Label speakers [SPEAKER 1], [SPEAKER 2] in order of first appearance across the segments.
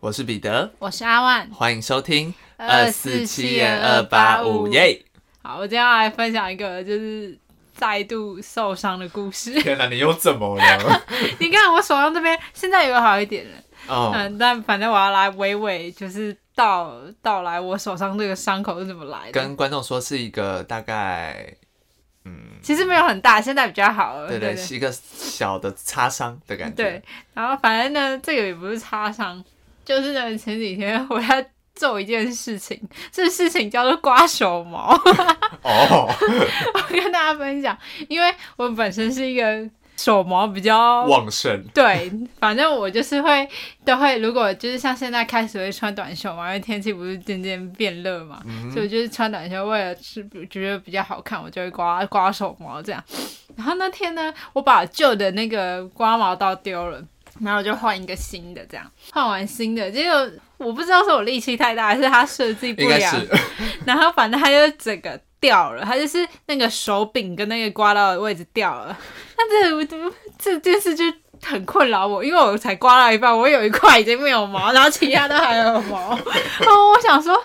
[SPEAKER 1] 我是彼得，
[SPEAKER 2] 我是阿万。
[SPEAKER 1] 欢迎收听
[SPEAKER 2] 247
[SPEAKER 1] 人285耶！
[SPEAKER 2] 好，我今天要来分享一个就是再度受伤的故事。
[SPEAKER 1] 天哪，你又怎么 了？
[SPEAKER 2] 你看我手上这边现在有好一点了，
[SPEAKER 1] 哦，
[SPEAKER 2] 嗯，但反正我要来娓娓就是道道来我手上这个伤口是怎么来的。
[SPEAKER 1] 跟观众说是一个大概，嗯，
[SPEAKER 2] 其实没有很大，现在比较好了。
[SPEAKER 1] 对
[SPEAKER 2] 哦对
[SPEAKER 1] 对，是一个小的擦伤的感觉。
[SPEAKER 2] 对，然后反正呢，这个也不是擦伤，就是呢前几天我要做一件事情，这事情叫做刮手毛。
[SPEAKER 1] 哦，
[SPEAKER 2] 我跟大家分享，因为我本身是一个手毛比较。
[SPEAKER 1] 旺盛，
[SPEAKER 2] 对，反正我就是会都会，如果就是像现在开始会穿短袖嘛，因为天气不是渐渐变热嘛，
[SPEAKER 1] 嗯
[SPEAKER 2] 所以我就是穿短袖，为了是觉得比较好看，我就会刮刮手毛这样。然后那天呢，我把旧的那个刮毛刀丢了，然后我就换一个新的，这样换完新的，结果我不知道是我力气太大，还是它设计不
[SPEAKER 1] 应该
[SPEAKER 2] 良，
[SPEAKER 1] 是
[SPEAKER 2] 然后反正它就整个掉了，它就是那个手柄跟那个刮到的位置掉了。那这这件事就很困扰我，因为我才刮到一半，我有一块已经没有毛，然后其他都还有毛。 然后我想说，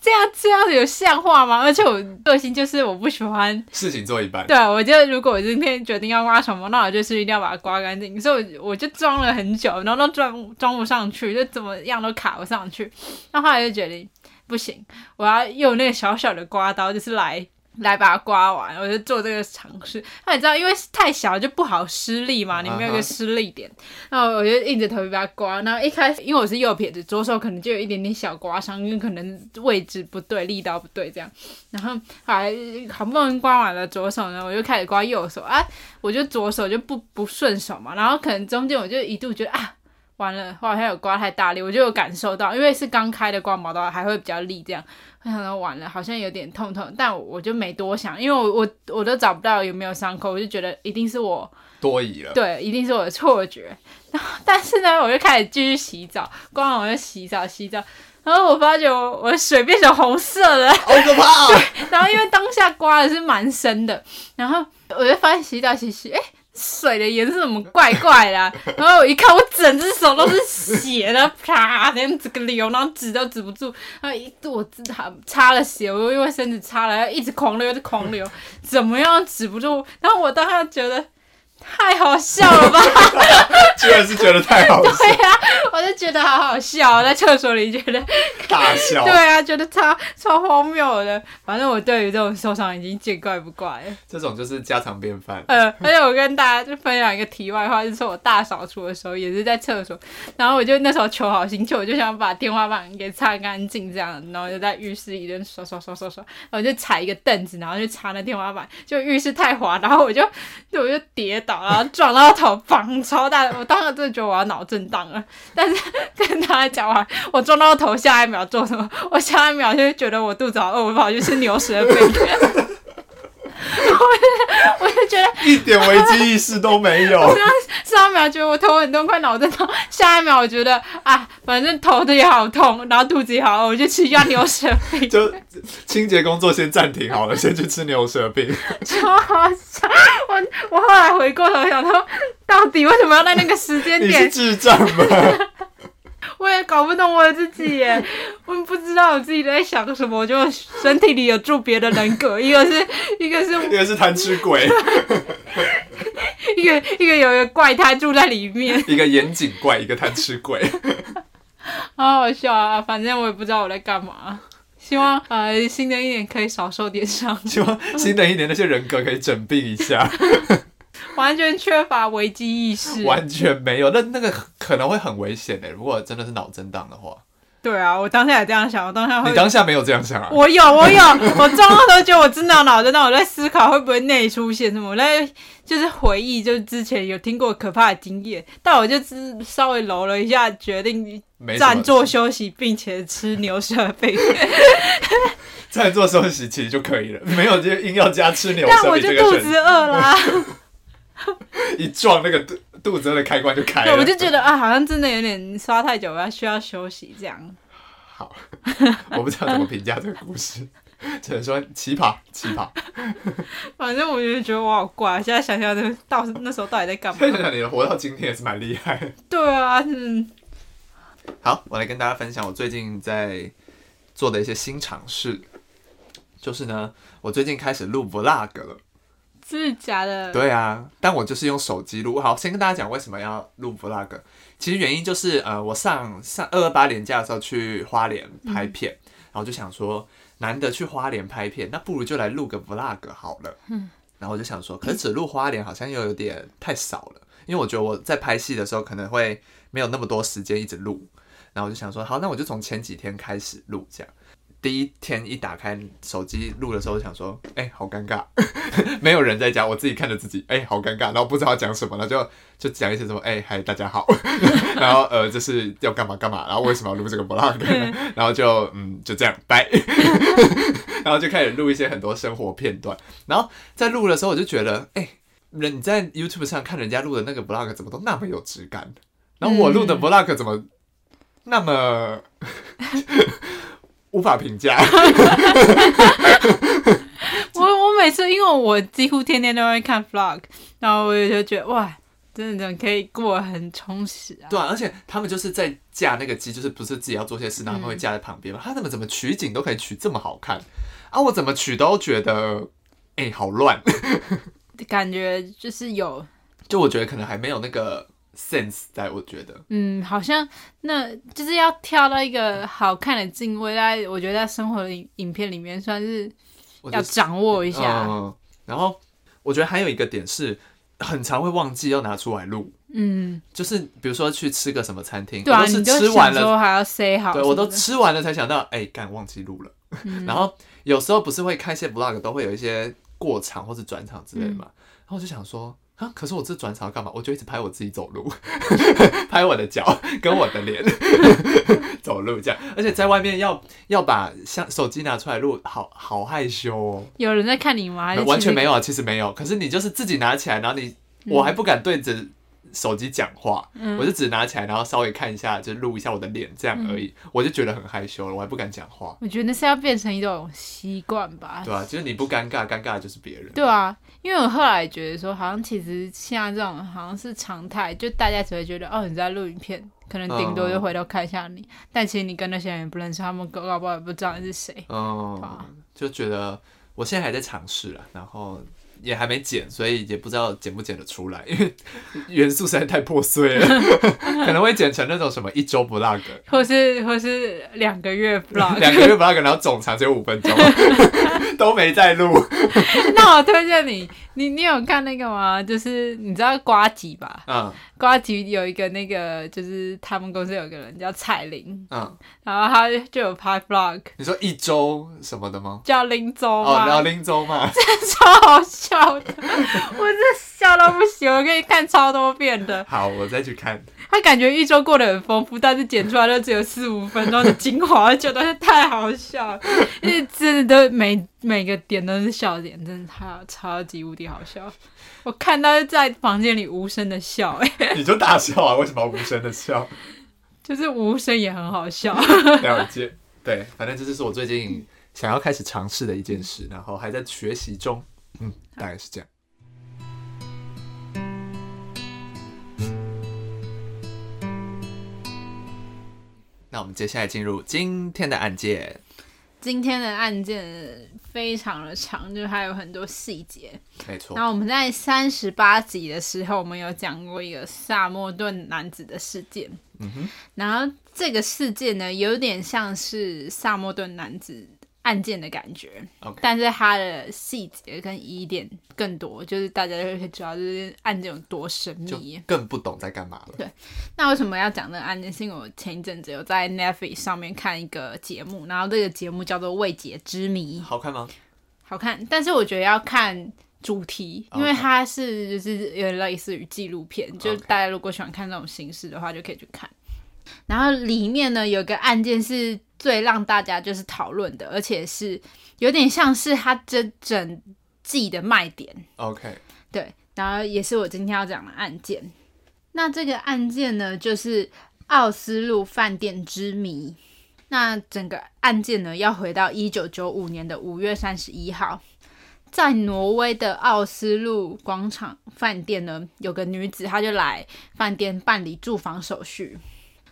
[SPEAKER 2] 这样这样子有像话吗？而且我个性就是我不喜欢
[SPEAKER 1] 事情做一半。
[SPEAKER 2] 对，啊我就如果我今天决定要刮什么，那我就是一定要把它刮干净。所以我我就装了很久，然后都装装不上去，就怎么样都卡不上去。那后来就决定不行，我要用那个小小的刮刀，就是来来把它刮完。我就做这个尝试。那你知道，因为太小就不好施力嘛，你没有一
[SPEAKER 1] 嗯哼
[SPEAKER 2] 个施力点。然后我就硬着头皮把它刮。然后一开始，因为我是右撇子，左手可能就有一点点小刮伤，因为可能位置不对，力道不对这样。然后后来好不容易刮完了左手呢，我就开始刮右手啊，我就左手就不不顺手嘛，然后可能中间我就一度觉得啊。完了，我好像有刮太大力，我就有感受到，因为是刚开的刮毛刀，还会比较力，这样我想到完了，好像有点痛痛，但我我就没多想，因为我我我都找不到有没有伤口，我就觉得一定是我
[SPEAKER 1] 多疑了。
[SPEAKER 2] 对，一定是我的错觉。然后，但是呢，我就开始继续洗澡，光完我就洗澡洗澡，然后我发觉我我的水变成红色了，
[SPEAKER 1] 好可怕哦！
[SPEAKER 2] 然后因为当下刮的是蛮深的，然后我就发现洗澡洗洗，哎、水的颜色怎么怪怪的啊、 然后我一看，我整只手都是血的，啪，这样子个流，然后止都止不住，然后一度我自擦擦了血，我又用卫生纸擦了，然后一直狂流，一直狂流，怎么样止不住？然后我当下觉得太好笑了吧。
[SPEAKER 1] 居然是觉得太好
[SPEAKER 2] 对呀、我就觉得好好笑，我在厕所里觉得，
[SPEAKER 1] 大笑
[SPEAKER 2] 对。啊，觉得超超荒谬的。反正我对于这种受伤已经见怪不怪了。
[SPEAKER 1] 这种就是家常便饭。
[SPEAKER 2] 呃，而且我跟大家就分享一个题外话，就是我大扫除的时候也是在厕所，然后我就那时候求好心切，我就想把天花板给擦干净这样，然后就在浴室里边刷刷刷刷刷，然后就踩一个凳子，然后就擦那天花板，就浴室太滑，然后我就我就跌倒，然后撞到头，砰，超大的，我当时真的觉得我要脑震荡了。但是跟大家讲完，我撞到头下一秒做什么？我下一秒就觉得我肚子好饿，我跑去吃牛舌饼。我就我就觉得
[SPEAKER 1] 一点危机意识都没有。
[SPEAKER 2] 上一秒觉得我头很痛，快脑震荡；下一秒我觉得啊，反正头的也好痛，然后肚子也好饿，我就吃一下牛舌饼，
[SPEAKER 1] 就清洁工作先暂停好了，先去吃牛舌饼。
[SPEAKER 2] 超好笑。我我后来回过头想说，到底为什么要在那个时间
[SPEAKER 1] 你是
[SPEAKER 2] 点？
[SPEAKER 1] 智障吗？
[SPEAKER 2] 我也搞不懂我自己耶，我不知道我自己在想什么。我就身体里有住别的人格，一个是 一个是
[SPEAKER 1] 你个是贪吃鬼，
[SPEAKER 2] 一个一个有一个怪胎住在里面，
[SPEAKER 1] 一个严谨怪，一个贪吃鬼。
[SPEAKER 2] 好好笑啊！反正我也不知道我在干嘛。希望呃新的一年可以少受点伤。
[SPEAKER 1] 希望新的一年那些人格可以整并一下，
[SPEAKER 2] 完全缺乏危机意识。
[SPEAKER 1] 完全没有。那那个可能会很危险欸的，如果真的是脑震荡的话。
[SPEAKER 2] 对啊，我当下也这样想，我当下会
[SPEAKER 1] 你。当下没有这样想啊？
[SPEAKER 2] 我有，我有，我撞到都觉得我真的有脑震荡，我在思考会不会内出血什么，我在就是回忆，就是之前有听过可怕的经验，但我就只稍微揉了一下，决定
[SPEAKER 1] 没什么
[SPEAKER 2] 暂坐休息，并且吃牛舌 饼。
[SPEAKER 1] 在做休息期就可以了，没有就硬要加吃牛
[SPEAKER 2] 但
[SPEAKER 1] 舌
[SPEAKER 2] 我
[SPEAKER 1] 饼
[SPEAKER 2] 就
[SPEAKER 1] 这
[SPEAKER 2] 肚
[SPEAKER 1] 个选哎
[SPEAKER 2] 子饿 啦，
[SPEAKER 1] 一撞那个肚肚子的开关就开
[SPEAKER 2] 对，
[SPEAKER 1] 了。
[SPEAKER 2] 我就觉得啊，好像真的有点刷太久，我要需要休息这样。
[SPEAKER 1] 好，我不知道怎么评价这个故事， 只能说奇葩，奇葩。
[SPEAKER 2] 反正我就觉得我好怪，现在想想都 到那时候到底在干嘛
[SPEAKER 1] 但？想想你活到今天也是蛮厉害的。
[SPEAKER 2] 对啊，嗯，
[SPEAKER 1] 好，我来跟大家分享我最近在做的一些新尝试。就是呢，我最近开始录 vlog 了。
[SPEAKER 2] 真的假的？
[SPEAKER 1] 对啊，但我就是用手机录。好，先跟大家讲为什么要录 vlog。其实原因就是，呃，我上上二二八年假的时候去花莲拍片，然后就想说，难得去花莲拍片，那不如就来录个 vlog 好了。嗯。然后我就想说，可是只录花莲好像又有点太少了，因为我觉得我在拍戏的时候可能会没有那么多时间一直录。然后我就想说，好，那我就从前几天开始录这样。第一天一打开手机录的时候，我想说，哎、好尴尬， 没有人在家，我自己看着自己，哎、好尴尬，然后不知道讲什么了，就就讲一些什么，哎、嗨，大家好， 然后呃，就是要干嘛干嘛，然后为什么要录这个 vlog，然 后就嗯，就这样，拜， 然后就开始录一些很多生活片段，然后在录的时候，我就觉得，哎、人你在 YouTube 上看人家录的那个 vlog 怎么都那么有质感，然后我录的 vlog 怎么那么 无法评价？
[SPEAKER 2] 我我每次因为我几乎天天都会看 vlog，然后我就觉得哇，真的可以过得很充实啊。
[SPEAKER 1] 对啊，而且他们就是在架那个机，就是不是自己要做些事，然后他们会
[SPEAKER 2] 嗯
[SPEAKER 1] 架在旁边嘛。他怎么怎么取景都可以取这么好看啊？我怎么取都觉得，哎、好乱。
[SPEAKER 2] 感觉就是有，
[SPEAKER 1] 就我觉得可能还没有那个 sense 在，我觉得。
[SPEAKER 2] 嗯，好像那就是要跳到一个好看的镜位，在我觉得在生活的影影片里面算是
[SPEAKER 1] 我觉
[SPEAKER 2] 要
[SPEAKER 1] 得
[SPEAKER 2] 掌握一
[SPEAKER 1] 嗯
[SPEAKER 2] 下。
[SPEAKER 1] 嗯嗯然后我觉得还有一个点是，很常会忘记要拿出来录，
[SPEAKER 2] 嗯，就是
[SPEAKER 1] 比如说去吃个什么餐厅，
[SPEAKER 2] 对啊，
[SPEAKER 1] 我都是
[SPEAKER 2] 你就
[SPEAKER 1] 吃完
[SPEAKER 2] 想
[SPEAKER 1] 了，
[SPEAKER 2] 说还要 say 好什么的，嗯
[SPEAKER 1] 对我都吃完了才想到，哎、干忘记录了。然后有时候不是会看一些 vlog，都会有一些过场或是转场之类的嘛，
[SPEAKER 2] 嗯
[SPEAKER 1] 然后我就想说。啊！可是我这转场要干嘛？我就一直拍我自己走路， 拍我的脚跟我的脸 走路这样，而且在外面要要把相手机拿出来录，好好害羞哦。
[SPEAKER 2] 有人在看你吗？还是
[SPEAKER 1] 完
[SPEAKER 2] 其实
[SPEAKER 1] 全没有啊，其实没有。可是你就是自己拿起来，然后你，
[SPEAKER 2] 嗯
[SPEAKER 1] 我还不敢对着手机讲话，我就只拿起来，然后稍微看一下，就录一下我的脸这样而已。
[SPEAKER 2] 嗯
[SPEAKER 1] 我就觉得很害羞了，我还不敢讲话，
[SPEAKER 2] 我觉得是要变成一种习惯吧。
[SPEAKER 1] 对啊，就是你不尴尬，尴尬的就是别人。
[SPEAKER 2] 对啊，因为我后来觉得说，好像其实现在这种好像是常态，就大家只会觉得哦你在录影片，可能顶
[SPEAKER 1] 嗯
[SPEAKER 2] 多就回头看一下你，但其实你跟那些人也不认识，他们搞搞不好也不知道你是谁。啊
[SPEAKER 1] 嗯，就觉得我现在还在尝试啦，然后也还没剪，所以也不知道剪不剪得出来，因为元素实在太破碎 了，可能会剪成那种什么一周 vlog，
[SPEAKER 2] 或是或是两个月 vlog，
[SPEAKER 1] 两个月 vlog，然后总长只有五分钟，都没在录。
[SPEAKER 2] 那我推荐你，你你有看那个吗？就是你知道瓜吉吧？
[SPEAKER 1] 嗯
[SPEAKER 2] 瓜吉有一个那个，就是他们公司有一个人叫彩玲，
[SPEAKER 1] 嗯。
[SPEAKER 2] 然后他就有拍 vlog，
[SPEAKER 1] 你说一周什么的吗？
[SPEAKER 2] 叫林州
[SPEAKER 1] 哦，
[SPEAKER 2] 嘛，
[SPEAKER 1] 然后林州 嘛，
[SPEAKER 2] 超好笑 的，我真的笑到不行，我可以看超多遍的。
[SPEAKER 1] 好，我再去看。
[SPEAKER 2] 他感觉一周过得很丰富，但是剪出来就只有四五分钟的精华，觉得太好笑 了，因为真的都每每个点都是笑点，真的超超级无敌好笑。我看到在房间里无声的笑、哎，
[SPEAKER 1] 你就大笑啊？为什么要无声的笑？
[SPEAKER 2] 就是无声也很好笑。
[SPEAKER 1] 了解。对，反正这就是我最近想要开始尝试的一件事，然后还在学习中。嗯，大概是这样。那我们接下来进入今天的案件。
[SPEAKER 2] 今天的案件非常的长，就是还有很多细节。
[SPEAKER 1] 没错
[SPEAKER 2] 那，我们在三十八集的时候，我们有讲过一个萨莫顿男子的事件。
[SPEAKER 1] 嗯哼，
[SPEAKER 2] 然后这个事件呢，有点像是萨莫顿男子案件的感觉
[SPEAKER 1] OK
[SPEAKER 2] 但是它的细节跟疑点更多，就是大家就会知道这件案件有多神
[SPEAKER 1] 就
[SPEAKER 2] 秘。
[SPEAKER 1] 更不懂在干嘛了。
[SPEAKER 2] 那为什么要讲这个案件？是因为我前一阵子有在 Netflix 上面看一个节目，然后这个节目叫做《未解之谜》，
[SPEAKER 1] 好看吗？
[SPEAKER 2] 好看，但是我觉得要看主题，因为
[SPEAKER 1] OK
[SPEAKER 2] 它是就是有点类似于纪录片，就是大家如果喜欢看这种形式的话，就可以去看。然后里面呢有个案件是最让大家就是讨论的，而且是有点像是它这整季的卖点，
[SPEAKER 1] OK，
[SPEAKER 2] 对，然后也是我今天要讲的案件。那这个案件呢，就是奥斯陆饭店之谜。那整个案件呢，要回到一九九五年的五月三十一号，在挪威的奥斯陆广场饭店呢，有个女子，她就来饭店办理住房手续。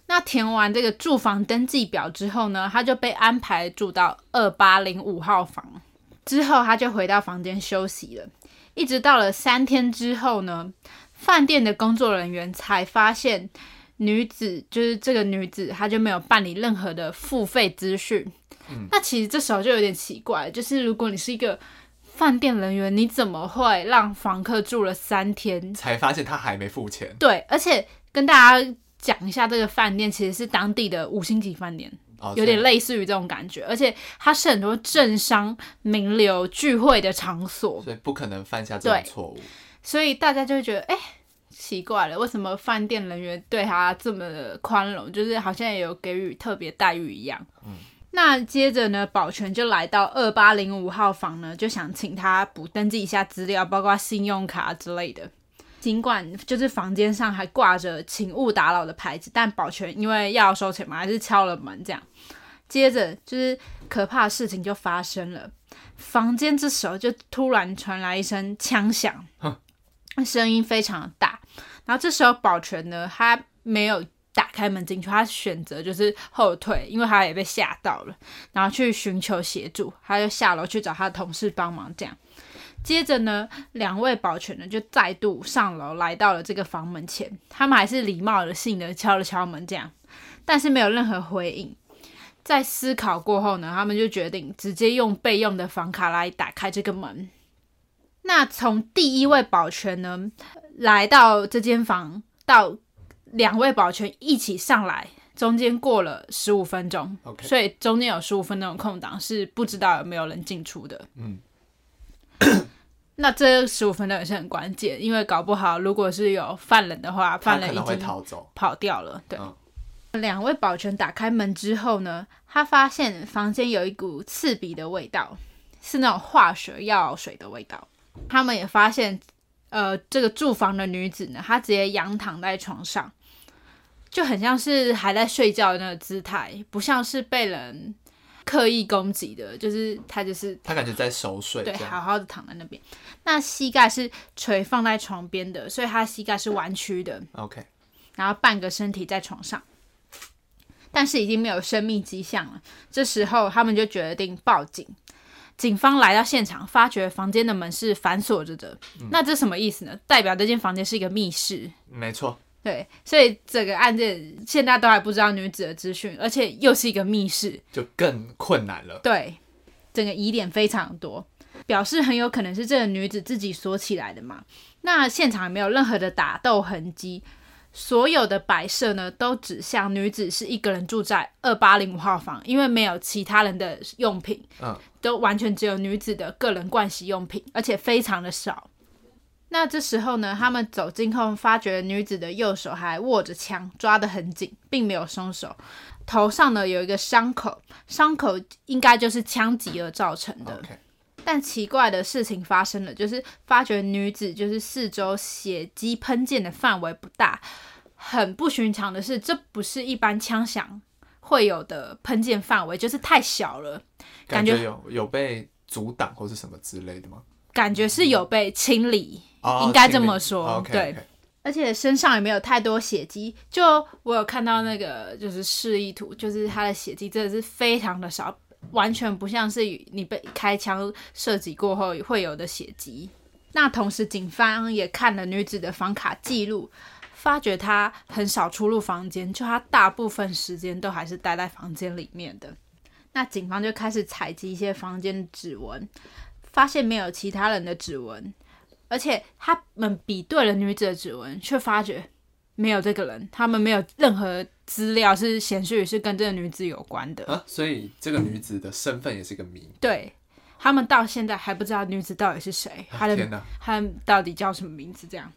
[SPEAKER 2] 那填完这个住房登记表之后呢，他就被安排住到二八零五号房，之后他就回到房间休息了。一直到了三天之后呢，饭店的工作人员才发现女子就是这个女子，她就没有办理任何的付费资讯。那其实这时候就有点奇怪，就是如果你是一个饭店人员，你怎么会让房客住了三天？
[SPEAKER 1] 才发现他还没付钱
[SPEAKER 2] 对，而且跟大家讲一下，这个饭店其实是当地的五星级饭店，
[SPEAKER 1] 哦，
[SPEAKER 2] 有
[SPEAKER 1] 所
[SPEAKER 2] 点
[SPEAKER 1] 以
[SPEAKER 2] 类似于这种感觉，而且它是很多政商名流聚会的场所，
[SPEAKER 1] 所以不可能犯下这种错误。
[SPEAKER 2] 所以大家就会觉得，哎、奇怪了，为什么饭店人员对他这么的宽容，就是好像也有给予特别待遇一样。那接着呢，保全就来到二八零五号房呢，就想请他补登记一下资料，包括信用卡之类的。尽管就是房间上还挂着“请勿打扰”的牌子，但保全因为要收钱嘛，还是敲了门这样。接着就是可怕的事情就发生了，房间这时候就突然传来一声枪响，声音非常大。然后这时候保全呢，他没有打开门进去，他选择就是后退，因为他也被吓到了，然后去寻求协助，他就下楼去找他的同事帮忙。这样，接着呢，两位保全呢就再度上楼，来到了这个房门前，他们还是礼貌的性的敲了敲门，这样，但是没有任何回应。在思考过后呢，他们就决定直接用备用的房卡来打开这个门。那从第一位保全呢来到这间房，到两位保全一起上来，中间过了十五分钟
[SPEAKER 1] OK
[SPEAKER 2] 所以中间有十五分钟的空档是不知道有没有人进出的。
[SPEAKER 1] 嗯，
[SPEAKER 2] 那这十五分钟也是很关键，因为搞不好如果是有犯人的话，
[SPEAKER 1] 他
[SPEAKER 2] 犯人
[SPEAKER 1] 可
[SPEAKER 2] 已
[SPEAKER 1] 能会
[SPEAKER 2] 经
[SPEAKER 1] 逃走。
[SPEAKER 2] 跑掉了。对，
[SPEAKER 1] 嗯
[SPEAKER 2] 两位保全打开门之后呢，他发现房间有一股刺鼻的味道，是那种化学药水的味道。他们也发现，呃，这个住房的女子呢，她直接仰躺在床上，就很像是还在睡觉的那个姿态，不像是被人刻意攻击的，就是她就是
[SPEAKER 1] 他感觉在熟睡，
[SPEAKER 2] 对，
[SPEAKER 1] 这
[SPEAKER 2] 好
[SPEAKER 1] 样
[SPEAKER 2] 好的躺在那边。那膝盖是垂放在床边的，所以她膝盖是弯曲的。
[SPEAKER 1] OK，
[SPEAKER 2] 然后半个身体在床上，但是已经没有生命迹象了。这时候他们就决定报警。警方来到现场，发觉房间的门是反锁着的。
[SPEAKER 1] 嗯
[SPEAKER 2] 那这什么意思呢？代表这间房间是一个密室。
[SPEAKER 1] 没错，
[SPEAKER 2] 对，所以整个案件现在都还不知道女子的资讯，而且又是一个密室，
[SPEAKER 1] 就更困难了。
[SPEAKER 2] 对，整个疑点非常多，表示很有可能是这个女子自己锁起来的嘛。那现场也没有任何的打斗痕迹，所有的摆设呢都指向女子是一个人住在二八零五号房，因为没有其他人的用品，
[SPEAKER 1] 嗯，
[SPEAKER 2] 都完全只有女子的个人盥洗用品，而且非常的少。那这时候呢，他们走近后发觉女子的右手还握着枪，抓得很紧，并没有松手。头上呢有一个伤口，伤口应该就是枪击而造成的。
[SPEAKER 1] OK，
[SPEAKER 2] 但奇怪的事情发生了，就是发觉女子就是四周血迹喷溅的范围不大。很不寻常的是，这不是一般枪响会有的喷溅范围，就是太小了，
[SPEAKER 1] 感
[SPEAKER 2] 感
[SPEAKER 1] 觉
[SPEAKER 2] 觉
[SPEAKER 1] 有有被阻挡或是什么之类的吗？
[SPEAKER 2] 感觉是有被清理，
[SPEAKER 1] 哦
[SPEAKER 2] 应该
[SPEAKER 1] 心
[SPEAKER 2] 这
[SPEAKER 1] 理
[SPEAKER 2] 么说。
[SPEAKER 1] OK，
[SPEAKER 2] 对，而且身上也没有太多血迹。就我有看到那个就是示意图，就是他的血迹真的是非常的少，完全不像是你被开枪射击过后会有的血迹。那同时，警方也看了女子的房卡记录，发觉她很少出入房间，就她大部分时间都还是待在房间里面的。那警方就开始采集一些房间的指纹，发现没有其他人的指纹，而且他们比对了女子的指纹，却发觉没有这个人，他们没有任何资料是显示是跟这个女子有关的。
[SPEAKER 1] 啊，所以这个女子的身份也是个谜。
[SPEAKER 2] 对他们到现在还不知道女子到底是谁，
[SPEAKER 1] 啊
[SPEAKER 2] 她的
[SPEAKER 1] 天哪，
[SPEAKER 2] 他到底叫什么名字这样。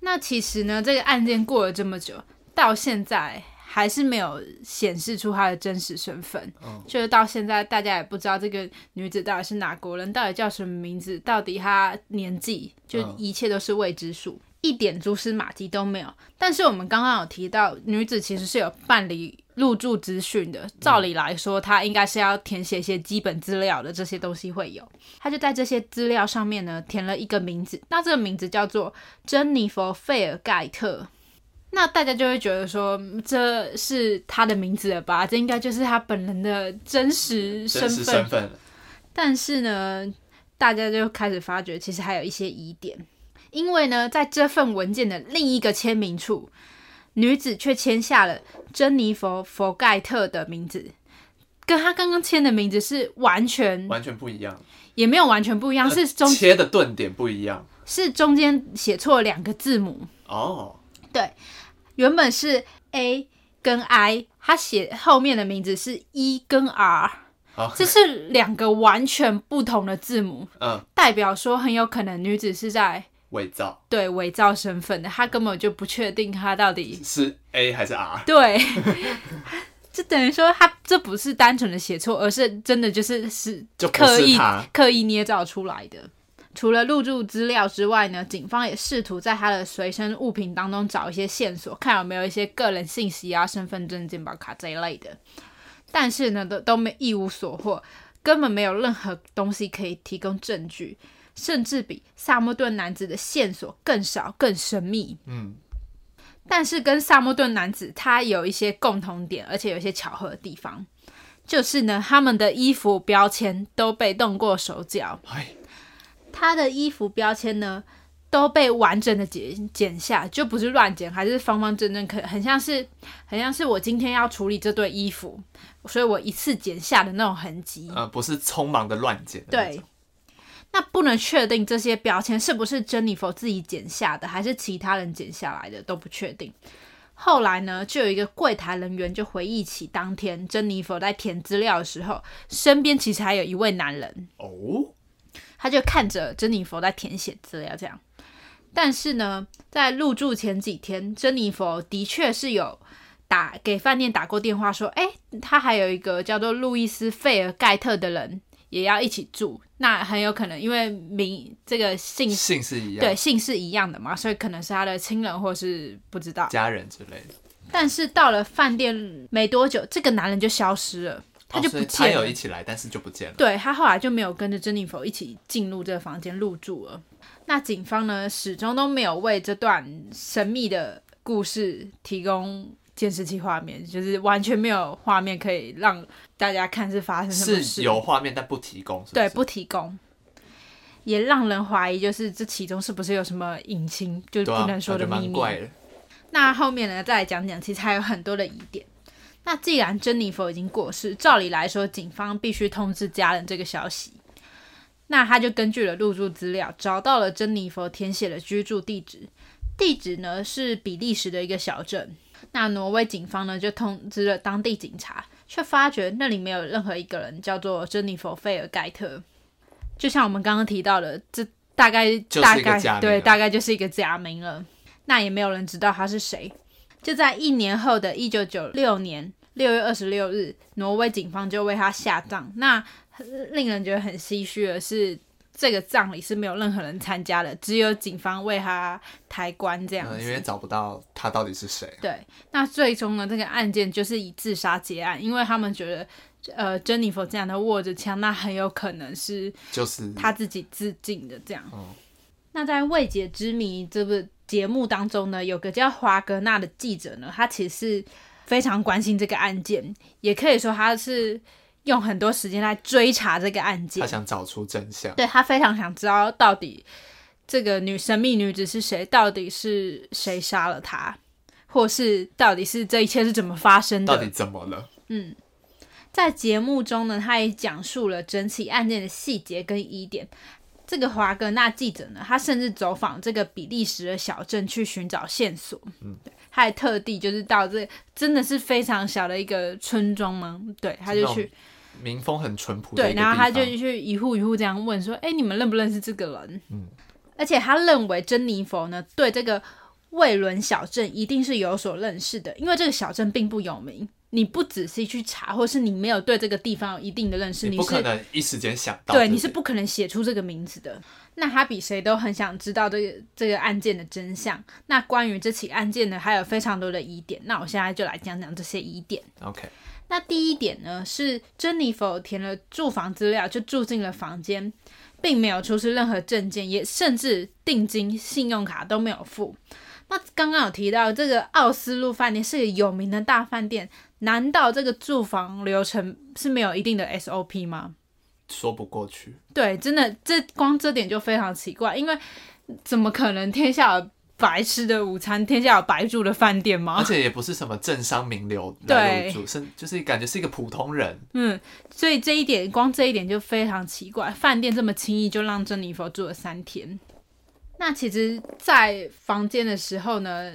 [SPEAKER 2] 那其实呢，这个案件过了这么久，到现在还是没有显示出她的真实身份，
[SPEAKER 1] 嗯
[SPEAKER 2] 就是到现在大家也不知道这个女子到底是哪国人，到底叫什么名字，到底她年纪，就
[SPEAKER 1] 嗯
[SPEAKER 2] 一切都是未知数。一点蛛丝马迹都没有，但是我们刚刚有提到，女子其实是有办理入住资讯的。
[SPEAKER 1] 嗯
[SPEAKER 2] 照理来说，她应该是要填写一些基本资料的，这些东西会有。他就在这些资料上面呢填了一个名字，那这个名字叫做珍妮佛·费尔盖特。那大家就会觉得说嗯这是他的名字了吧？这应该就是他本人的真实
[SPEAKER 1] 嗯
[SPEAKER 2] 身
[SPEAKER 1] 真实
[SPEAKER 2] 份。
[SPEAKER 1] 身份，
[SPEAKER 2] 但是呢，大家就开始发觉其实还有一些疑点，因为呢，在这份文件的另一个签名处，女子却签下了珍妮佛·佛盖特的名字。跟她刚刚签的名字是完全
[SPEAKER 1] 完呃全不一样，
[SPEAKER 2] 也没有完全不一样，是中
[SPEAKER 1] 切的顿点不一样
[SPEAKER 2] 是中间写错了两个字母，
[SPEAKER 1] 哦，
[SPEAKER 2] 原本是 A 跟 I，他写后面的名字是 E 跟 R，
[SPEAKER 1] 好
[SPEAKER 2] 这是两个完全不同的字母，
[SPEAKER 1] 嗯，
[SPEAKER 2] 代表说很有可能女子是在
[SPEAKER 1] 伪造
[SPEAKER 2] 对伪造身份的，她根本就不确定她 到底
[SPEAKER 1] 是 A 还是 R？
[SPEAKER 2] 对。 就等于说，她这不是单纯的写错，而是真的就是是
[SPEAKER 1] 就不
[SPEAKER 2] 刻
[SPEAKER 1] 是
[SPEAKER 2] 意
[SPEAKER 1] 他，
[SPEAKER 2] 刻意捏造出来的。除了入住资料之外呢，警方也试图在他的随身物品当中找一些线索，看有没有一些个人信息啊、身份证、健保卡这一类的。但是呢，都都没一无所获，根本没有任何东西可以提供证据，甚至比萨默顿男子的线索更少、更神秘。
[SPEAKER 1] 嗯，
[SPEAKER 2] 但是跟萨默顿男子他有一些共同点，而且有一些巧合的地方，就是呢，他们的衣服标签都被动过手脚，
[SPEAKER 1] 哎，
[SPEAKER 2] 他的衣服标签呢都被完整的剪剪下，就不是乱剪，还是方方正正，可很像是很像是我今天要处理这对衣服，所以我一次剪下的那种痕迹。
[SPEAKER 1] 呃，不是匆忙的乱剪，
[SPEAKER 2] 对，，那不能确定这些标签是不是珍妮佛自己剪下的，还是其他人剪下来的，都不确定。后来呢，就有一个柜台人员就回忆起当天珍妮佛在填资料的时候，身边其实还有一位男人，
[SPEAKER 1] 哦，
[SPEAKER 2] 他就看着珍妮佛在填写资料这样。但是呢，在入住前几天，珍妮佛的确是有打给饭店打过电话说，诶，他还有一个叫做路易斯·费尔盖特的人也要一起住，那很有可能因为名这个姓
[SPEAKER 1] 姓是啊一样，
[SPEAKER 2] 对姓是一样的嘛，所以可能是他的亲人或是不知道。
[SPEAKER 1] 家人之类的，
[SPEAKER 2] 但是到了饭店没多久，这个男人就消失了，他就
[SPEAKER 1] 哦所
[SPEAKER 2] 不
[SPEAKER 1] 以
[SPEAKER 2] 见
[SPEAKER 1] 他
[SPEAKER 2] 了。
[SPEAKER 1] 有一起来，但是就不见了，
[SPEAKER 2] 对他后来就没有跟着珍妮佛一起进入这个房间入住了。那警方呢，始终都没有为这段神秘的故事提供监视器画面，就是完全没有画面可以让大家看是发生什么事。
[SPEAKER 1] 是有画面但不提供，是不
[SPEAKER 2] 对
[SPEAKER 1] 是，
[SPEAKER 2] 不提供，也让人怀疑，就是这其中是不是有什么隐情，就是
[SPEAKER 1] 对啊，
[SPEAKER 2] 不能说的
[SPEAKER 1] 那就蛮
[SPEAKER 2] 秘密。
[SPEAKER 1] 怪的，
[SPEAKER 2] 那后面呢，再来讲讲，其实还有很多的疑点。那既然珍妮佛已经过世，照理来说，警方必须通知家人这个消息。那他就根据了入住资料，找到了珍妮佛填写的居住地址。地址呢是比利时的一个小镇。那挪威警方呢就通知了当地警察，却发觉那里没有任何一个人叫做珍妮佛·费尔盖特。就像我们刚刚提到的，这大概
[SPEAKER 1] 就是一个
[SPEAKER 2] 大概
[SPEAKER 1] 假名啊
[SPEAKER 2] 对，
[SPEAKER 1] 了
[SPEAKER 2] 大概就是一个假名了。那也没有人知道他是谁。就在一年后的一九九六年六月二十六日，挪威警方就为他下葬。那很令人觉得很唏嘘的是，这个葬礼是没有任何人参加的，只有警方为他抬棺这样
[SPEAKER 1] 嗯，因为
[SPEAKER 2] 子。
[SPEAKER 1] 找不到他到底是谁，
[SPEAKER 2] 对，那最终呢，这个案件就是以自杀结案，因为他们觉得，呃，珍妮佛这样的握着枪，那很有可能是
[SPEAKER 1] 就是
[SPEAKER 2] 他自己自尽的这样。
[SPEAKER 1] 嗯
[SPEAKER 2] 那在《未解之谜》这个节目当中呢，有个叫华格纳的记者呢，他其实是非常关心这个案件，也可以说他是用很多时间来追查这个案件
[SPEAKER 1] 他。想找出真相，
[SPEAKER 2] 对他非常想知道到底这个女神秘女子是谁，到底是谁杀了她，或是到底是这一切是怎么发生的？
[SPEAKER 1] 到底怎么了？
[SPEAKER 2] 在节目中呢，他也讲述了整起案件的细节跟疑点。这个华格纳记者呢，他甚至走访这个比利时的小镇去寻找线索。嗯，他还特地就是到这真的是非常小的一个村庄吗？对，他就
[SPEAKER 1] 那种
[SPEAKER 2] 去
[SPEAKER 1] 民风很淳朴的
[SPEAKER 2] 对，
[SPEAKER 1] 一个
[SPEAKER 2] 然后他
[SPEAKER 1] 地
[SPEAKER 2] 就
[SPEAKER 1] 方
[SPEAKER 2] 去一户一户这样问说：“哎，你们认不认识这个人？”嗯，而且他认为珍妮佛呢对这个卫伦小镇一定是有所认识的，因为这个小镇并不有名。你不仔细去查，或是你没有对这个地方有一定的认识，
[SPEAKER 1] 你
[SPEAKER 2] 你
[SPEAKER 1] 不可
[SPEAKER 2] 是
[SPEAKER 1] 能一时间想到，
[SPEAKER 2] 对你
[SPEAKER 1] 不
[SPEAKER 2] 是不可能写出这个名字的。那他比谁都很想知道这个这个案件的真相。那关于这起案件呢，还有非常多的疑点。那我现在就来讲讲这些疑点。
[SPEAKER 1] OK，
[SPEAKER 2] 那第一点呢，是珍妮佛填了住房资料就住进了房间，并没有出示任何证件，也甚至定金、信用卡都没有付。那刚刚有提到这个奥斯陆饭店是个有名的大饭店，难道这个住房流程是没有一定的 SOP 吗？
[SPEAKER 1] 说不过去。
[SPEAKER 2] 对，真的，这光这点就非常奇怪，因为怎么可能天下有白吃的午餐，天下有白住的饭店吗
[SPEAKER 1] 而？且也不是什么政商名流来
[SPEAKER 2] 啊对
[SPEAKER 1] 入住，是就是感觉是一个普通人，
[SPEAKER 2] 嗯，所以这一点，光这一点就非常奇怪，饭店这么轻易就让珍妮佛住了三天。那其实，在房间的时候呢，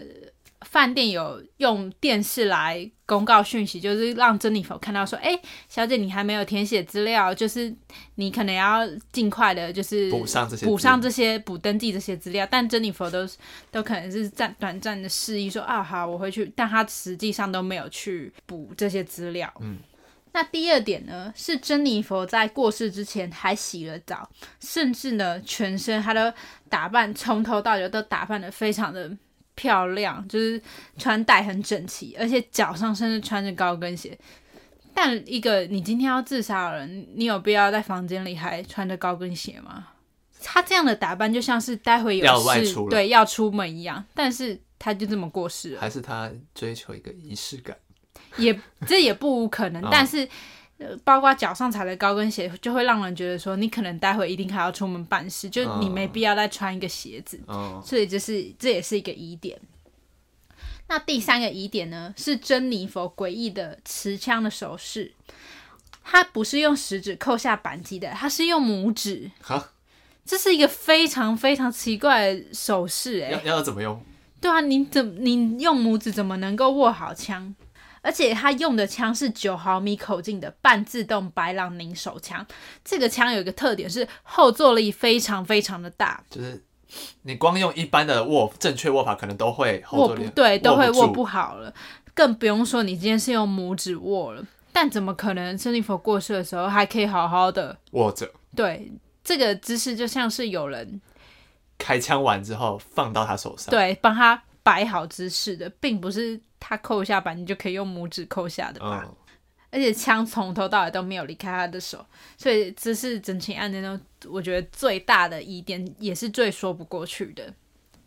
[SPEAKER 2] 饭店有用电视来公告讯息，就是让珍妮佛看到说，哎、小姐，你还没有填写资料，就是你可能要尽快的，就是
[SPEAKER 1] 补上这些
[SPEAKER 2] 补
[SPEAKER 1] 资
[SPEAKER 2] 上这些补登记这些资料，但珍妮佛都是都可能是暂短暂的示意说啊好我回去，但她实际上都没有去补这些资料。
[SPEAKER 1] 嗯，
[SPEAKER 2] 那第二点呢是珍妮佛在过世之前还洗了澡，甚至呢全身她都打扮从头到脚都打扮的非常的。漂亮，就是穿戴很整齐，而且脚上甚至穿着高跟鞋。但一个你今天要自杀的人，你有必要在房间里还穿着高跟鞋吗？他这样的打扮就像是待会有事
[SPEAKER 1] 要外出了
[SPEAKER 2] 对要出门一样，但是他就这么过世了，
[SPEAKER 1] 还是他追求一个仪式感。
[SPEAKER 2] 也这也不无可能
[SPEAKER 1] 嗯。
[SPEAKER 2] 但是，呃包括脚上踩的高跟鞋，就会让人觉得说你可能待会一定还要出门办事，就你
[SPEAKER 1] 嗯
[SPEAKER 2] 没必要再穿一个鞋子。
[SPEAKER 1] 嗯，
[SPEAKER 2] 所以这是这也是一个疑点。那第三个疑点呢，是珍妮佛诡异的持枪的手势，她不是用食指扣下扳机的，她是用拇指，
[SPEAKER 1] 好，
[SPEAKER 2] 这是一个非常非常奇怪的手势、诶。
[SPEAKER 1] 要要怎么用？
[SPEAKER 2] 对啊，你怎你用拇指怎么能够握好枪？而且他用的枪是九毫米口径的半自动白朗宁手枪，这个枪有一个特点是后坐力非常非常的大，
[SPEAKER 1] 就是你光用一般的握正确握法，可能都会后
[SPEAKER 2] 握
[SPEAKER 1] 坐
[SPEAKER 2] 不
[SPEAKER 1] 力
[SPEAKER 2] 对，都会握
[SPEAKER 1] 住
[SPEAKER 2] 不好了，更不用说你今天是用拇指握了。但怎么可能珍妮佛过世的时候还可以好好的？
[SPEAKER 1] 握着。
[SPEAKER 2] 对，这个姿势就像是有人
[SPEAKER 1] 开枪完之后放到他手上，
[SPEAKER 2] 对帮他摆好姿势的，并不是他扣下板你就可以用拇指扣下的吧？
[SPEAKER 1] 嗯，
[SPEAKER 2] 而且枪从头到尾都没有离开他的手，所以这是整起案件中我觉得最大的疑点，也是最说不过去的。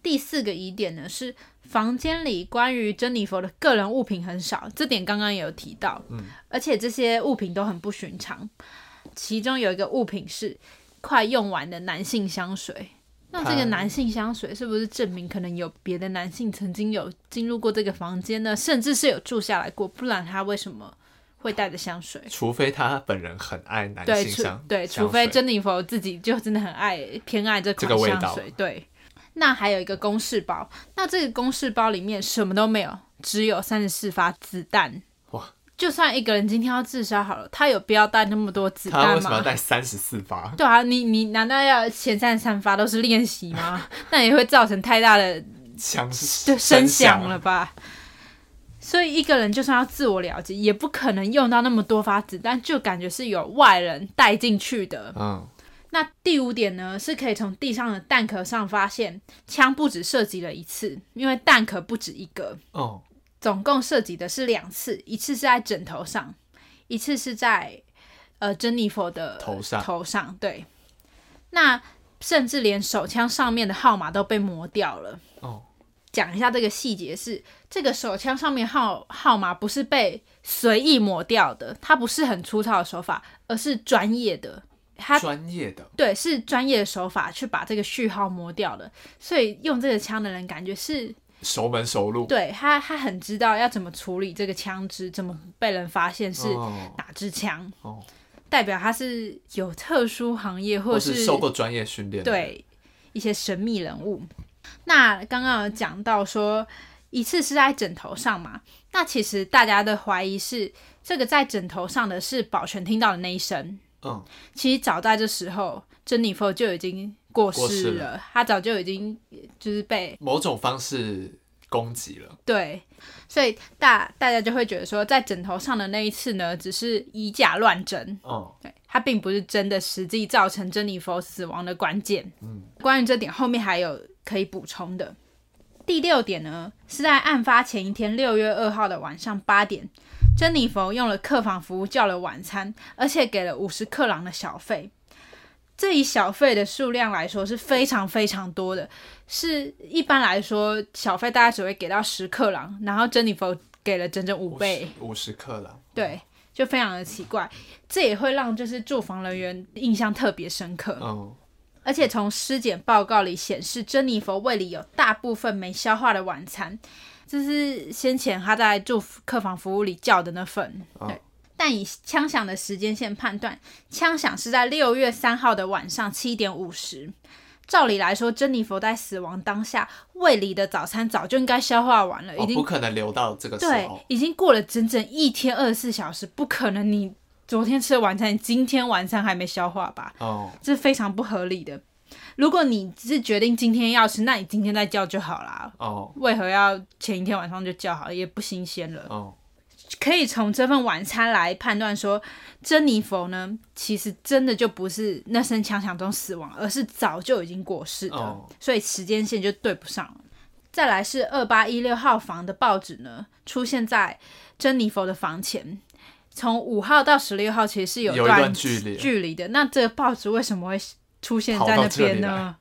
[SPEAKER 2] 第四个疑点呢是房间里关于珍妮佛的个人物品很少，这点刚刚也有提到，嗯，而且这些物品都很不寻常，其中有一个物品是快用完的男性香水。那这个
[SPEAKER 1] 他
[SPEAKER 2] 男性香水是不是证明可能有别的男性曾经有进入过这个房间呢？甚至是有住下来过，不然他为什么会带着香水。
[SPEAKER 1] 除非他本人很爱男
[SPEAKER 2] 对，
[SPEAKER 1] 性
[SPEAKER 2] 除
[SPEAKER 1] 香，
[SPEAKER 2] 对，
[SPEAKER 1] 香
[SPEAKER 2] 除非
[SPEAKER 1] 水
[SPEAKER 2] 珍妮佛自己就真的很爱偏爱这
[SPEAKER 1] 这
[SPEAKER 2] 款
[SPEAKER 1] 个味
[SPEAKER 2] 香
[SPEAKER 1] 道
[SPEAKER 2] 水。对，那还有一个公事包，那这个公事包里面什么都没有，只有三十四发子弹。
[SPEAKER 1] 哇！
[SPEAKER 2] 就算一个人今天要自杀好了，他有必要带那么多子
[SPEAKER 1] 他
[SPEAKER 2] 弹
[SPEAKER 1] 为什么要
[SPEAKER 2] 吗？
[SPEAKER 1] 带三十四发？
[SPEAKER 2] 对啊，你你难道要前三十三发都是练习 吗？那也会造成太大的
[SPEAKER 1] 枪
[SPEAKER 2] 就
[SPEAKER 1] 就
[SPEAKER 2] 声响了，吧。所以一个人就算要自我了结，也不可能用到那么多发子弹，就感觉是有外人带进去的。
[SPEAKER 1] 嗯，
[SPEAKER 2] 那第五点呢，是可以从地上的弹壳上发现，枪不止射击了一次，因为弹壳不止一个，
[SPEAKER 1] 哦，
[SPEAKER 2] 总共射击的是两次，一次是在枕头上，一次是在呃珍妮佛的
[SPEAKER 1] 头上
[SPEAKER 2] 头上对。那甚至连手枪上面的号码都被磨掉了。
[SPEAKER 1] 哦，
[SPEAKER 2] 讲一下这个细节是，这个手枪上面号号码不是被随意抹掉的，它不是很粗糙的手法，而是专业的，它
[SPEAKER 1] 专业的，
[SPEAKER 2] 对是专业的手法去把这个序号抹掉的，所以用这个枪的人感觉是
[SPEAKER 1] 熟门熟路，
[SPEAKER 2] 对他他很知道要怎么处理这个枪支，怎么被人发现是
[SPEAKER 1] 哦
[SPEAKER 2] 哪支枪，
[SPEAKER 1] 哦，
[SPEAKER 2] 代表他是有特殊行业或
[SPEAKER 1] 或
[SPEAKER 2] 者
[SPEAKER 1] 是受过专业训练，，
[SPEAKER 2] 对一些神秘人物。那刚刚有讲到说，一次是在枕头上嘛，那其实大家的怀疑是，这个在枕头上的是保全听到的那一声。
[SPEAKER 1] 嗯，
[SPEAKER 2] 其实早在这时候，珍妮佛就已经过
[SPEAKER 1] 过世
[SPEAKER 2] 世
[SPEAKER 1] 了
[SPEAKER 2] 了，她早就已经就是被
[SPEAKER 1] 某种方式攻击了，
[SPEAKER 2] 对，所以大大家就会觉得说，在枕头上的那一次呢，只是以假乱真。
[SPEAKER 1] 哦，
[SPEAKER 2] 对，它并不是真的实际造成珍妮佛死亡的关键。嗯，关于这点，后面还有可以补充的。第六点呢，是在案发前一天，六月二号的晚上八点，珍妮佛用了客房服务叫了晚餐，而且给了五十克朗的小费。这以小费的数量来说是非常非常多的，是一般来说小费大概只会给到十克朗，然后珍妮佛给了整整五倍，
[SPEAKER 1] 五十克了，
[SPEAKER 2] 对，就非常的奇怪，这也会让就是住房人员印象特别深刻。
[SPEAKER 1] 嗯，
[SPEAKER 2] 而且从尸检报告里显示，珍妮佛胃里有大部分没消化的晚餐，这是先前她在住客房服务里叫的那份。
[SPEAKER 1] 哦
[SPEAKER 2] 对，但以枪响的时间线判断，枪响是在六月三号的晚上七点五十。照理来说，珍妮佛在死亡当下，胃里的早餐早就应该消化完了，已
[SPEAKER 1] 哦，
[SPEAKER 2] 经
[SPEAKER 1] 不可能留到这个时
[SPEAKER 2] 对
[SPEAKER 1] 候，，
[SPEAKER 2] 已经过了整整一天二十四小时，不可能你昨天吃的晚餐，你今天晚餐还没消化吧？
[SPEAKER 1] 哦，
[SPEAKER 2] 这是非常不合理的。如果你是决定今天要吃，那你今天再叫就好啦。
[SPEAKER 1] 哦，
[SPEAKER 2] 为何要前一天晚上就叫好？也不新鲜了。
[SPEAKER 1] 哦，
[SPEAKER 2] 可以从这份晚餐来判断说，珍妮佛呢，其实真的就不是那声枪响中死亡，而是早就已经过世的，
[SPEAKER 1] 哦
[SPEAKER 2] 所以时间线就对不上了。再来是二八一六号房的报纸呢，出现在珍妮佛的房前，从五号到十六号其实是有
[SPEAKER 1] 有一段距离
[SPEAKER 2] 距离的。那这个报纸为什么会出现
[SPEAKER 1] 跑
[SPEAKER 2] 在
[SPEAKER 1] 到
[SPEAKER 2] 那
[SPEAKER 1] 这里
[SPEAKER 2] 边呢？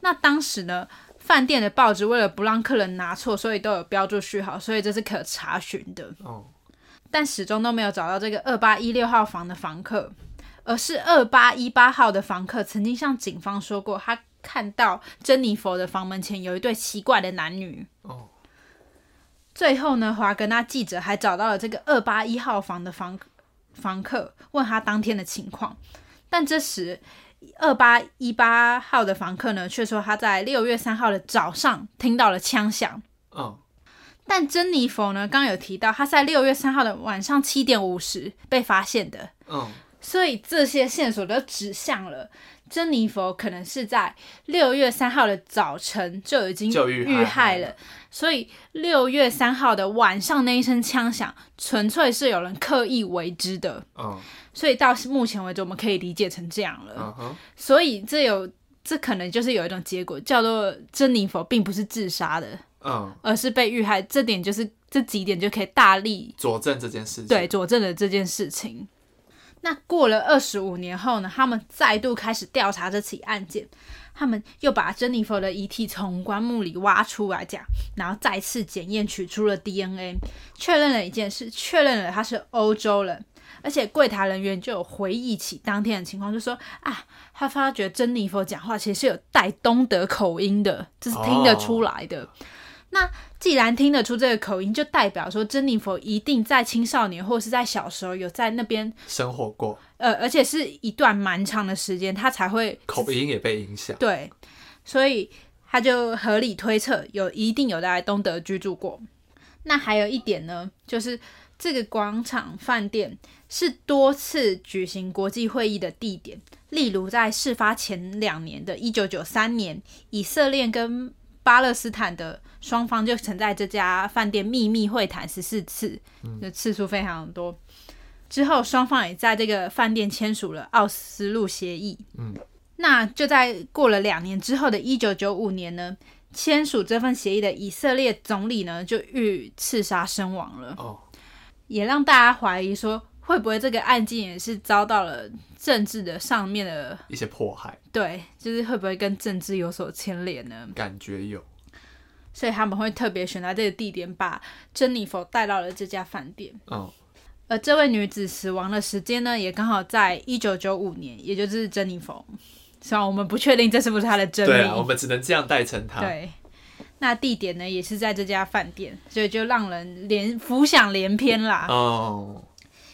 [SPEAKER 2] 那当时呢，饭店的报纸为了不让客人拿错，所以都有标注序号，所以这是可查询的。
[SPEAKER 1] 哦，
[SPEAKER 2] 但始终都没有找到这个二八一六号房的房客，而是二八一八号的房客曾经向警方说过，他看到珍妮佛的房门前有一对奇怪的男女。
[SPEAKER 1] 哦，
[SPEAKER 2] 最后呢，华格纳记者还找到了这个二八一号房的房房客，问他当天的情况。但这时，二八一八号的房客呢，却说他在六月三号的早上听到了枪响，
[SPEAKER 1] 嗯，
[SPEAKER 2] 但珍妮佛呢，刚刚有提到，她是在六月三号的晚上七点五十被发现的，
[SPEAKER 1] 嗯，
[SPEAKER 2] 所以这些线索都指向了珍妮佛可能是在六月三号的早晨就已经
[SPEAKER 1] 就遇害
[SPEAKER 2] 遇害了，所以六月三号的晚上那一声枪响，纯粹是有人刻意为之的，
[SPEAKER 1] 嗯，
[SPEAKER 2] 所以到目前为止，我们可以理解成这样了。
[SPEAKER 1] 嗯哼，
[SPEAKER 2] 所以这有这可能就是有一种结果，叫做珍妮佛并不是自杀的，
[SPEAKER 1] 嗯，
[SPEAKER 2] 而是被遇害，这点就是这几点就可以大力
[SPEAKER 1] 佐证这件事情，
[SPEAKER 2] 对，佐证了这件事情。那过了二十五年后呢，他们再度开始调查这起案件，他们又把珍妮佛的遗体从棺木里挖出来讲，然后再次检验取出了 DNA，确认了一件事，确认了他是欧洲人。而且柜台人员就有回忆起当天的情况，就说啊，他发觉珍妮佛讲话其实是有带东德口音的，这是听得出来的。那既然听得出这个口音，就代表说珍妮佛一定在青少年或是在小时候有在那边，
[SPEAKER 1] 生活过，
[SPEAKER 2] 呃，而且是一段蛮长的时间，他才会
[SPEAKER 1] 口音也被影响，
[SPEAKER 2] 对，所以他就合理推测有一定有在东德居住过。那还有一点呢，就是这个广场饭店是多次举行国际会议的地点，例如在事发前两年的1993年，以色列跟巴勒斯坦的双方就曾在这家饭店秘密会谈十四次，就次数非常多。之后，双方也在这个饭店签署了奥斯陆协议。那就在过了两年之后的一九九五年呢，签署这份协议的以色列总理呢就遇刺杀身亡了，
[SPEAKER 1] 哦，
[SPEAKER 2] 也让大家怀疑说会不会这个案件也是遭到了政治的上面的
[SPEAKER 1] 一些迫害，
[SPEAKER 2] 对，就是会不会跟政治有所牵连呢？
[SPEAKER 1] 感觉有，
[SPEAKER 2] 所以他们会特别选在这个地点把珍妮佛带到了这家饭店。
[SPEAKER 1] 嗯，
[SPEAKER 2] 而这位女子死亡的时间呢，也刚好在一九九五年，也就是珍妮佛。虽然我们不确定这是不是她的真名，
[SPEAKER 1] 对啊，我们只能这样代称他，
[SPEAKER 2] 对，那地点呢也是在这家饭店，所以就让人连浮想联翩啦。
[SPEAKER 1] 哦，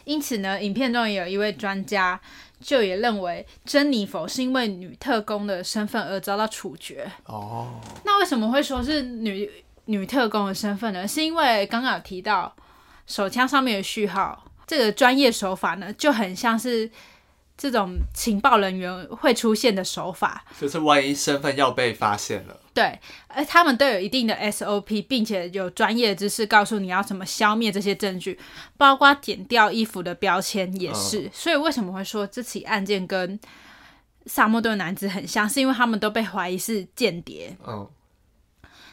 [SPEAKER 2] 因此呢，影片中也有一位专家就也认为珍妮佛是因为女特工的身份而遭到处决。
[SPEAKER 1] 哦，
[SPEAKER 2] 那为什么会说是女女特工的身份呢？是因为刚刚有提到手枪上面的序号，这个专业手法呢就很像是这种情报人员会出现的手法。
[SPEAKER 1] 就是万一身份要被发现了，
[SPEAKER 2] 对，而他们都有一定的 SOP，并且有专业知识告诉你要怎么消灭这些证据，包括剪掉衣服的标签也是。所以为什么会说这起案件跟萨默顿男子很像，是因为他们都被怀疑是间谍。
[SPEAKER 1] 嗯，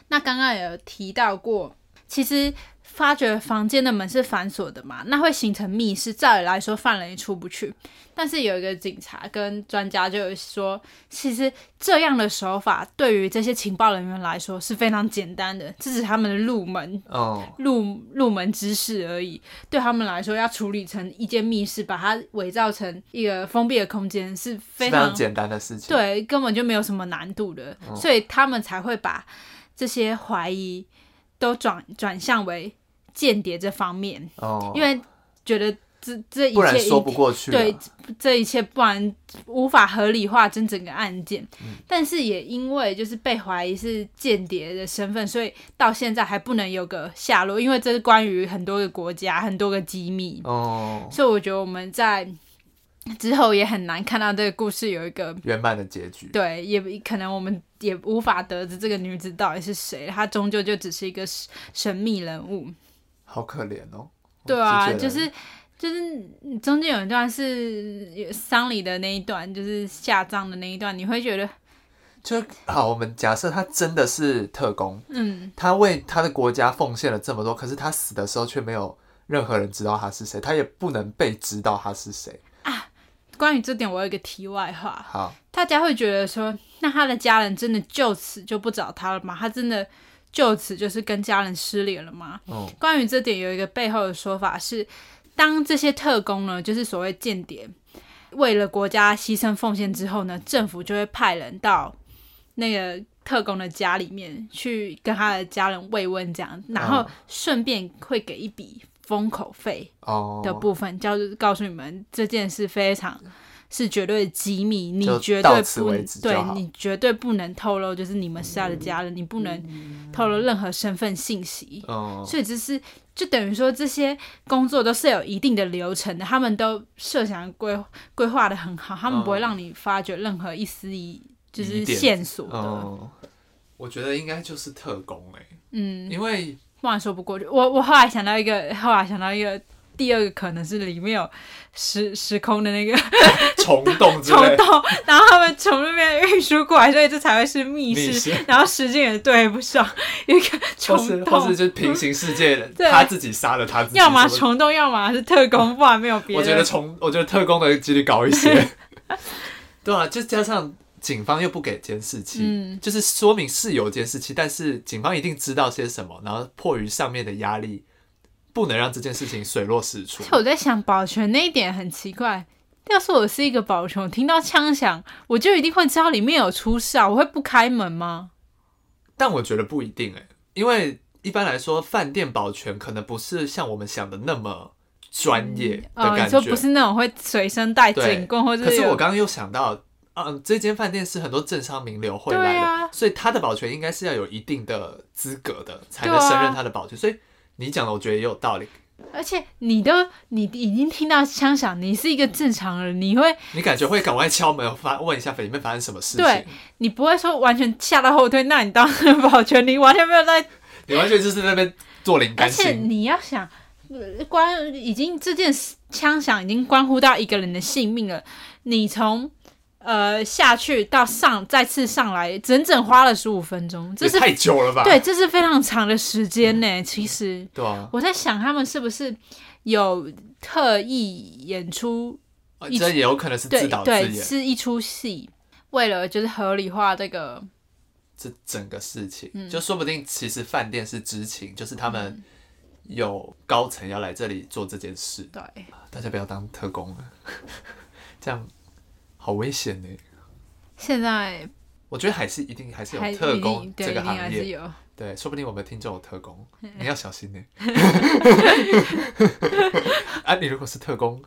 [SPEAKER 2] 那刚刚有提到过，其实发觉房间的门是反锁的嘛，那会形成密室。照理来说，犯人也出不去。但是有一个警察跟专家就有说，其实这样的手法对于这些情报人员来说是非常简单的，这只是他们的入门
[SPEAKER 1] 哦，
[SPEAKER 2] 入入门知识而已。对他们来说，要处理成一间密室，把它伪造成一个封闭的空间，是非
[SPEAKER 1] 非
[SPEAKER 2] 常
[SPEAKER 1] 常简单的事情。，
[SPEAKER 2] 对，根本就没有什么难度的，
[SPEAKER 1] 哦
[SPEAKER 2] 所以他们才会把这些怀疑都转转向为间谍这方面，
[SPEAKER 1] 哦，
[SPEAKER 2] 因为觉得这这一
[SPEAKER 1] 不然
[SPEAKER 2] 切一
[SPEAKER 1] 说不过去。啊
[SPEAKER 2] 对，这一切，不然无法合理化真整个案件。
[SPEAKER 1] 嗯
[SPEAKER 2] 但是也因为就是被怀疑是间谍的身份，所以到现在还不能有个下落，因为这是关于很多个国家、很多个机密。
[SPEAKER 1] 哦，
[SPEAKER 2] 所以我觉得我们在之后也很难看到这个故事有一个
[SPEAKER 1] 圆满的结局。
[SPEAKER 2] 对，也可能我们也无法得知这个女子到底是谁，她终究就只是一个神神秘人物。
[SPEAKER 1] 好可怜哦。
[SPEAKER 2] 对啊，
[SPEAKER 1] 我只觉
[SPEAKER 2] 就
[SPEAKER 1] 得
[SPEAKER 2] 是就是中间有一段是丧礼的那一段，就是下葬的那一段，你会觉得
[SPEAKER 1] 就好。我们假设他真的是特工，
[SPEAKER 2] 嗯，
[SPEAKER 1] 他为他的国家奉献了这么多，可是他死的时候却没有任何人知道他是谁，他也不能被知道他是谁。
[SPEAKER 2] 关于这点我有一个题外话，
[SPEAKER 1] 好，
[SPEAKER 2] 大家会觉得说，那她的家人真的就此就不找她了吗？她真的就此就是跟家人失联了吗？
[SPEAKER 1] 嗯，
[SPEAKER 2] 关于这点有一个背后的说法是，当这些特工呢，就是所谓间谍，为了国家牺牲奉献之后呢，政府就会派人到那个特工的家里面去跟他的家人慰问，这样，然后顺便会给一笔封口费
[SPEAKER 1] 哦，
[SPEAKER 2] 的部分，叫告诉你们这件事非常。是绝对机密，你
[SPEAKER 1] 就
[SPEAKER 2] 绝
[SPEAKER 1] 到
[SPEAKER 2] 对
[SPEAKER 1] 此
[SPEAKER 2] 不
[SPEAKER 1] 为止就
[SPEAKER 2] 对
[SPEAKER 1] 好，
[SPEAKER 2] 你绝对不能透露，就是你们是他的家人，你不能透露任何身份信息。
[SPEAKER 1] 嗯，
[SPEAKER 2] 所以这是就等于说这些工作都是有一定的流程的，他们都设想规规划的很好，
[SPEAKER 1] 嗯
[SPEAKER 2] 他们不会让你发觉任何一丝一就是
[SPEAKER 1] 疑点
[SPEAKER 2] 线索的，
[SPEAKER 1] 嗯，我觉得应该就是特工哎、
[SPEAKER 2] 嗯，
[SPEAKER 1] 因为
[SPEAKER 2] 不然说不过去。我我后来想到一个，后来想到一个。第二个可能是里面有时时空的那个
[SPEAKER 1] 虫洞之
[SPEAKER 2] 虫
[SPEAKER 1] 类的
[SPEAKER 2] 洞，然后他们从那边运输过来，所以这才会是密
[SPEAKER 1] 密
[SPEAKER 2] 室，
[SPEAKER 1] 室，
[SPEAKER 2] 然后时间也对不上， 有一个
[SPEAKER 1] 或
[SPEAKER 2] 虫
[SPEAKER 1] 是
[SPEAKER 2] 洞，
[SPEAKER 1] 或是就是平行世界的
[SPEAKER 2] 对
[SPEAKER 1] 他自己杀了他自己，
[SPEAKER 2] 要么
[SPEAKER 1] 什
[SPEAKER 2] 虫洞，要么是特工，不然没有别
[SPEAKER 1] 我
[SPEAKER 2] 的。
[SPEAKER 1] 觉得从我觉得特工的几率高一 些。对啊，就加上警方又不给监视器，
[SPEAKER 2] 嗯
[SPEAKER 1] 就是说明是有监视器，但是警方一定知道些什么，然后迫于上面的压力，不能让这件事情水落石出
[SPEAKER 2] 其。实我在想保全那一点很奇怪。要是我是一个保全，我听到枪响，我就一定会知道里面有出事啊！我会不开门吗？
[SPEAKER 1] 但我觉得不一定哎、因为一般来说，饭店保全可能不是像我们想的那么专业的
[SPEAKER 2] 呃，
[SPEAKER 1] 感
[SPEAKER 2] 你
[SPEAKER 1] 觉。
[SPEAKER 2] 说不是那种会随身带
[SPEAKER 1] 对
[SPEAKER 2] 警棍或者
[SPEAKER 1] 可是
[SPEAKER 2] 有
[SPEAKER 1] 我刚刚又想到，嗯，这间饭店是很多政商名流会来
[SPEAKER 2] 对
[SPEAKER 1] 的，
[SPEAKER 2] 啊
[SPEAKER 1] 所以他的保全应该是要有一定的资格的，才
[SPEAKER 2] 对
[SPEAKER 1] 能
[SPEAKER 2] 啊
[SPEAKER 1] 胜任他的保全。所以你讲的，我觉得也有道理。
[SPEAKER 2] 而且你都你已经听到枪响，你是一个正常人，你会
[SPEAKER 1] 你感觉会赶快敲门发问一下里面发生什么事情
[SPEAKER 2] 对？你不会说完全吓到后退？那你当然保全，你完全没有在
[SPEAKER 1] 你完全就是在那边做零
[SPEAKER 2] 而
[SPEAKER 1] 干
[SPEAKER 2] 且
[SPEAKER 1] 心。
[SPEAKER 2] 你要想，呃关已经这件事枪响已经关乎到一个人的性命了，你从。呃，下去到上，再次上来，整整花了十五分钟，这
[SPEAKER 1] 也
[SPEAKER 2] 是
[SPEAKER 1] 太久了吧？嗯
[SPEAKER 2] 对，这是非常长的时间呢。其实
[SPEAKER 1] 对啊，
[SPEAKER 2] 我在想，他们是不是有特意演出？
[SPEAKER 1] 呃
[SPEAKER 2] 一
[SPEAKER 1] 这也有可能是自
[SPEAKER 2] 对
[SPEAKER 1] 导自
[SPEAKER 2] 对，
[SPEAKER 1] 演
[SPEAKER 2] 是一出戏，为了就是合理化这个，
[SPEAKER 1] 这整个事情，
[SPEAKER 2] 嗯
[SPEAKER 1] 就说不定其实饭店是知情，就是他们有高层要来这里做这件事。
[SPEAKER 2] 对，
[SPEAKER 1] 大家不要当特工了， 这样好危险呢。
[SPEAKER 2] 现在
[SPEAKER 1] 我觉得还是一定还是
[SPEAKER 2] 还
[SPEAKER 1] 有特
[SPEAKER 2] 一定
[SPEAKER 1] 工
[SPEAKER 2] 对
[SPEAKER 1] 这个
[SPEAKER 2] 一定还
[SPEAKER 1] 行
[SPEAKER 2] 是
[SPEAKER 1] 业，
[SPEAKER 2] 有。
[SPEAKER 1] 对，说不定我们听众有特工，你要小心呢。啊，你如果是特工，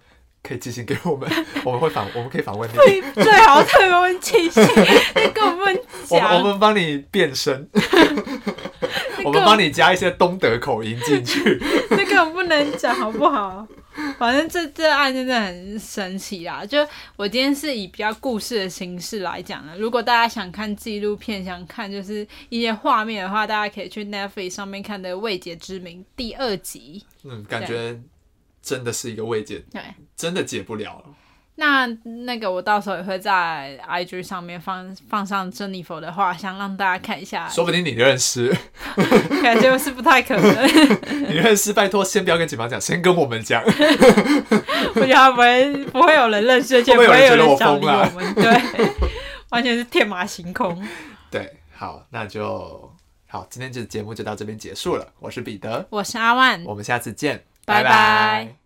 [SPEAKER 1] 可以寄信给我 们，我们会访，我们可以访问你，
[SPEAKER 2] 最好特别问清醒，那根本不
[SPEAKER 1] 我们我
[SPEAKER 2] 能讲，
[SPEAKER 1] 们帮你变 身，我
[SPEAKER 2] 那
[SPEAKER 1] 们
[SPEAKER 2] 根
[SPEAKER 1] 帮
[SPEAKER 2] 本
[SPEAKER 1] 你加一些东德口音进 去。
[SPEAKER 2] 那根本不能讲，好不好？反正这这案件真的很神奇啦！就我今天是以比较故事的形式来讲的。如果大家想看纪录片，想看就是一些画面的话，大家可以去 Netflix 上面看的《未解之谜》第二集。
[SPEAKER 1] 嗯，感觉真的是一个未解，
[SPEAKER 2] 对，
[SPEAKER 1] 真的解不了了。
[SPEAKER 2] 那那个我到时候也会在 IG 上面放放上珍妮佛的画像，让大家看一下。
[SPEAKER 1] 说不定你认识，
[SPEAKER 2] 感觉是不太可能，
[SPEAKER 1] 你认识，拜托先不要跟警方讲，先跟我们 讲。
[SPEAKER 2] 我觉得 他不会不会有人认识，而且
[SPEAKER 1] 会不
[SPEAKER 2] 会
[SPEAKER 1] 会有人觉得
[SPEAKER 2] 有人
[SPEAKER 1] 我
[SPEAKER 2] 想理
[SPEAKER 1] 疯了
[SPEAKER 2] 我们。 对，完全是天马行空。
[SPEAKER 1] 对，好，那就好，今天这节目就到这边结束了。我是彼得，
[SPEAKER 2] 我是阿万，
[SPEAKER 1] 我们下次见，
[SPEAKER 2] 拜拜
[SPEAKER 1] 拜